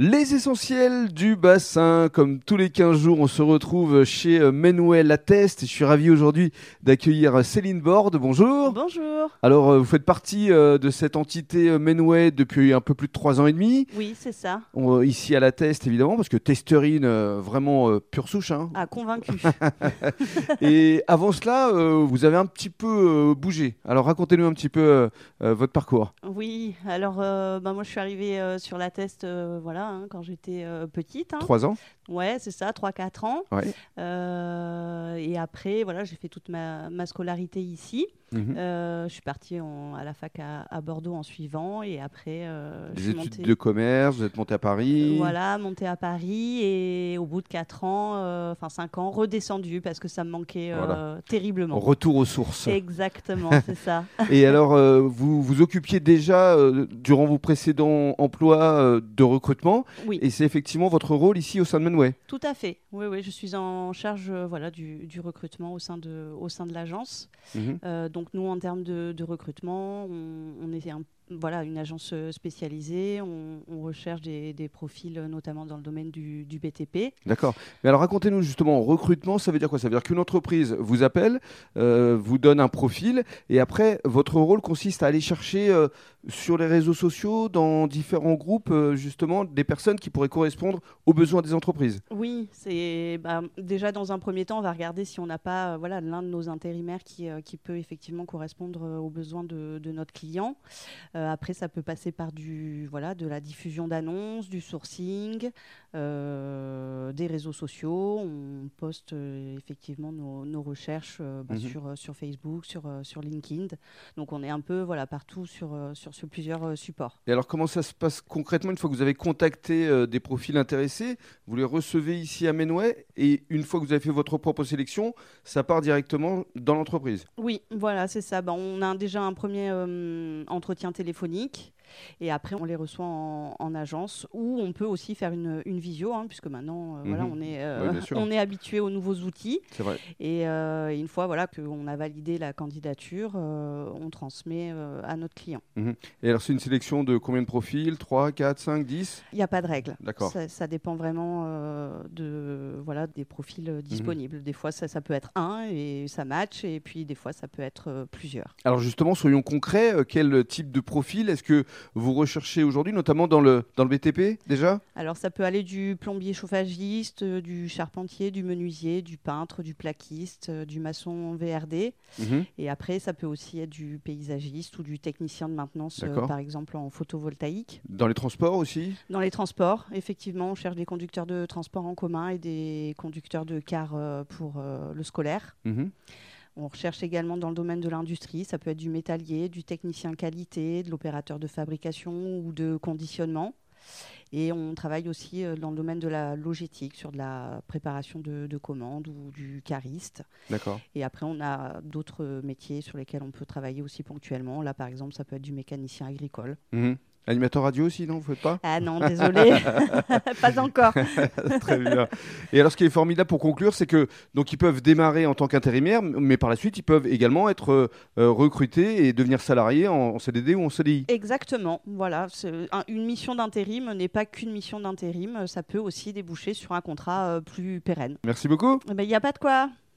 Les essentiels du bassin, comme tous les 15 jours, on se retrouve chez euh, Manuel Atteste. Je suis ravi aujourd'hui d'accueillir euh, Céline Borde. Bonjour. Bonjour. Alors, euh, vous faites partie euh, de cette entité euh, Manuel depuis un peu plus de trois ans et demi. Oui, c'est ça. On- euh, ici à la Teste, évidemment, parce que Testerine, euh, vraiment euh, pure souche. hein. Ah, convaincu. et avant cela, euh, vous avez un petit peu euh, bougé. Alors, racontez-nous un petit peu euh, euh, votre parcours. oui, alors euh, bah, moi je suis arrivée euh, sur la test euh, voilà, hein, quand j'étais euh, petite. hein. Trois ans Ouais, c'est ça, 3-4 ans. Ouais. Euh, et après, voilà, j'ai fait toute ma, ma scolarité ici. Mhm. Euh, je suis partie en- à la fac à, à Bordeaux en suivant et après euh, je Des suis études montée. de commerce, vous êtes monté à Paris. Euh, Voilà, montée à Paris et au bout de 4 ans, euh, enfin 5 ans, redescendue parce que ça me manquait euh, Voilà. terriblement. Retour aux sources. Exactement, c'est ça. Et alors, euh, vous vous occupiez déjà, euh, durant vos précédents emplois, euh, de recrutement. Oui. Et c'est effectivement votre rôle ici au sein de Manway. Tout à fait. Oui, oui, je suis en charge euh, voilà, du, du recrutement au sein de, au sein de l'agence. Mhm. Euh, donc nous, en termes de, de recrutement, on, on est un- voilà, une agence euh, spécialisée. On, on recherche des, des profils, euh, notamment dans le domaine du, du BTP. D'accord. Mais alors, racontez-nous justement, recrutement, ça veut dire quoi Ça veut dire qu'une entreprise vous appelle, euh, vous donne un profil, et après, votre rôle consiste à aller chercher euh, sur les réseaux sociaux, dans différents groupes, euh, justement, des personnes qui pourraient correspondre aux besoins des entreprises. Oui, c'est bah, déjà dans un premier temps, on va regarder si on n'a pas euh, voilà, l'un de nos intérimaires qui, euh, qui peut effectivement correspondre euh, aux besoins de, de notre client. Euh, après, ça peut passer par du, voilà, de la diffusion d'annonces, du sourcing, euh, des réseaux sociaux. On poste euh, effectivement nos, nos recherches euh, bah, Mhm. sur, euh, sur Facebook, sur, euh, sur LinkedIn. Donc on est un peu voilà, partout sur, euh, sur, sur plusieurs euh, supports. Et alors, comment ça se passe concrètement une fois que vous avez contacté euh, des profils intéressés Vous les recevez ici à Menway et une fois que vous avez fait votre propre sélection, ça part directement dans l'entreprise. Oui, voilà, c'est ça. Ben, on a déjà un premier euh, entretien téléphonique et après on les reçoit en, en agence ou on peut aussi faire une, une visio, hein, puisque maintenant euh, voilà, Mhm. on est, euh, Ouais, bien sûr. on est habitué aux nouveaux outils. C'est vrai. Et euh, une fois voilà, qu'on a validé la candidature, euh, on transmet euh, à notre client. Et alors, c'est une sélection de combien de profils 3, 4, 5, 10 Il n'y a pas de règle. D'accord. Ça, ça dépend vraiment euh, de, voilà, des profils Mhm. euh, disponibles. Des fois, ça, ça peut être un et ça match, et puis des fois, ça peut être euh, plusieurs. Alors, justement, soyons concrets, euh, quel type de profil est-ce que vous recherchez aujourd'hui, notamment dans le, dans le BTP déjà Alors ça peut aller du plombier chauffagiste, euh, du charpentier, du menuisier, du peintre, du plaquiste, euh, du maçon VRD. Mhm. Et après, ça peut aussi être du paysagiste ou du technicien de maintenance, euh, D'accord. par exemple en photovoltaïque. Dans les transports aussi Dans les transports, effectivement, on cherche des conducteurs de transport en commun et des conducteurs de cars euh, pour euh, le scolaire. Mhm. On recherche également dans le domaine de l'industrie, ça peut être du métallier, du technicien qualité, de l'opérateur de fabrication ou de conditionnement. Et on travaille aussi euh, dans le domaine de la logistique, sur de la préparation de, de commandes ou du cariste. D'accord. Et après, on a d'autres euh, métiers sur lesquels on peut travailler aussi ponctuellement. Là, par exemple, ça peut être du mécanicien agricole. Mhm. Animateur radio aussi, non Vous ne faites pas Ah non, désolé, pas encore. Très bien. Et alors, ce qui est formidable pour conclure, c'est que donc ils peuvent démarrer en tant qu'intérimaire, m- mais par la suite, ils peuvent également être euh, euh, recrutés et devenir salariés en, en CDD ou en CDI. Exactement, voilà. c'est- un- une mission d'intérim n'est pas qu'une mission d'intérim, ça peut aussi déboucher sur un contrat euh, plus pérenne. Merci beaucoup. Eh ben, Il n'y a pas de quoi.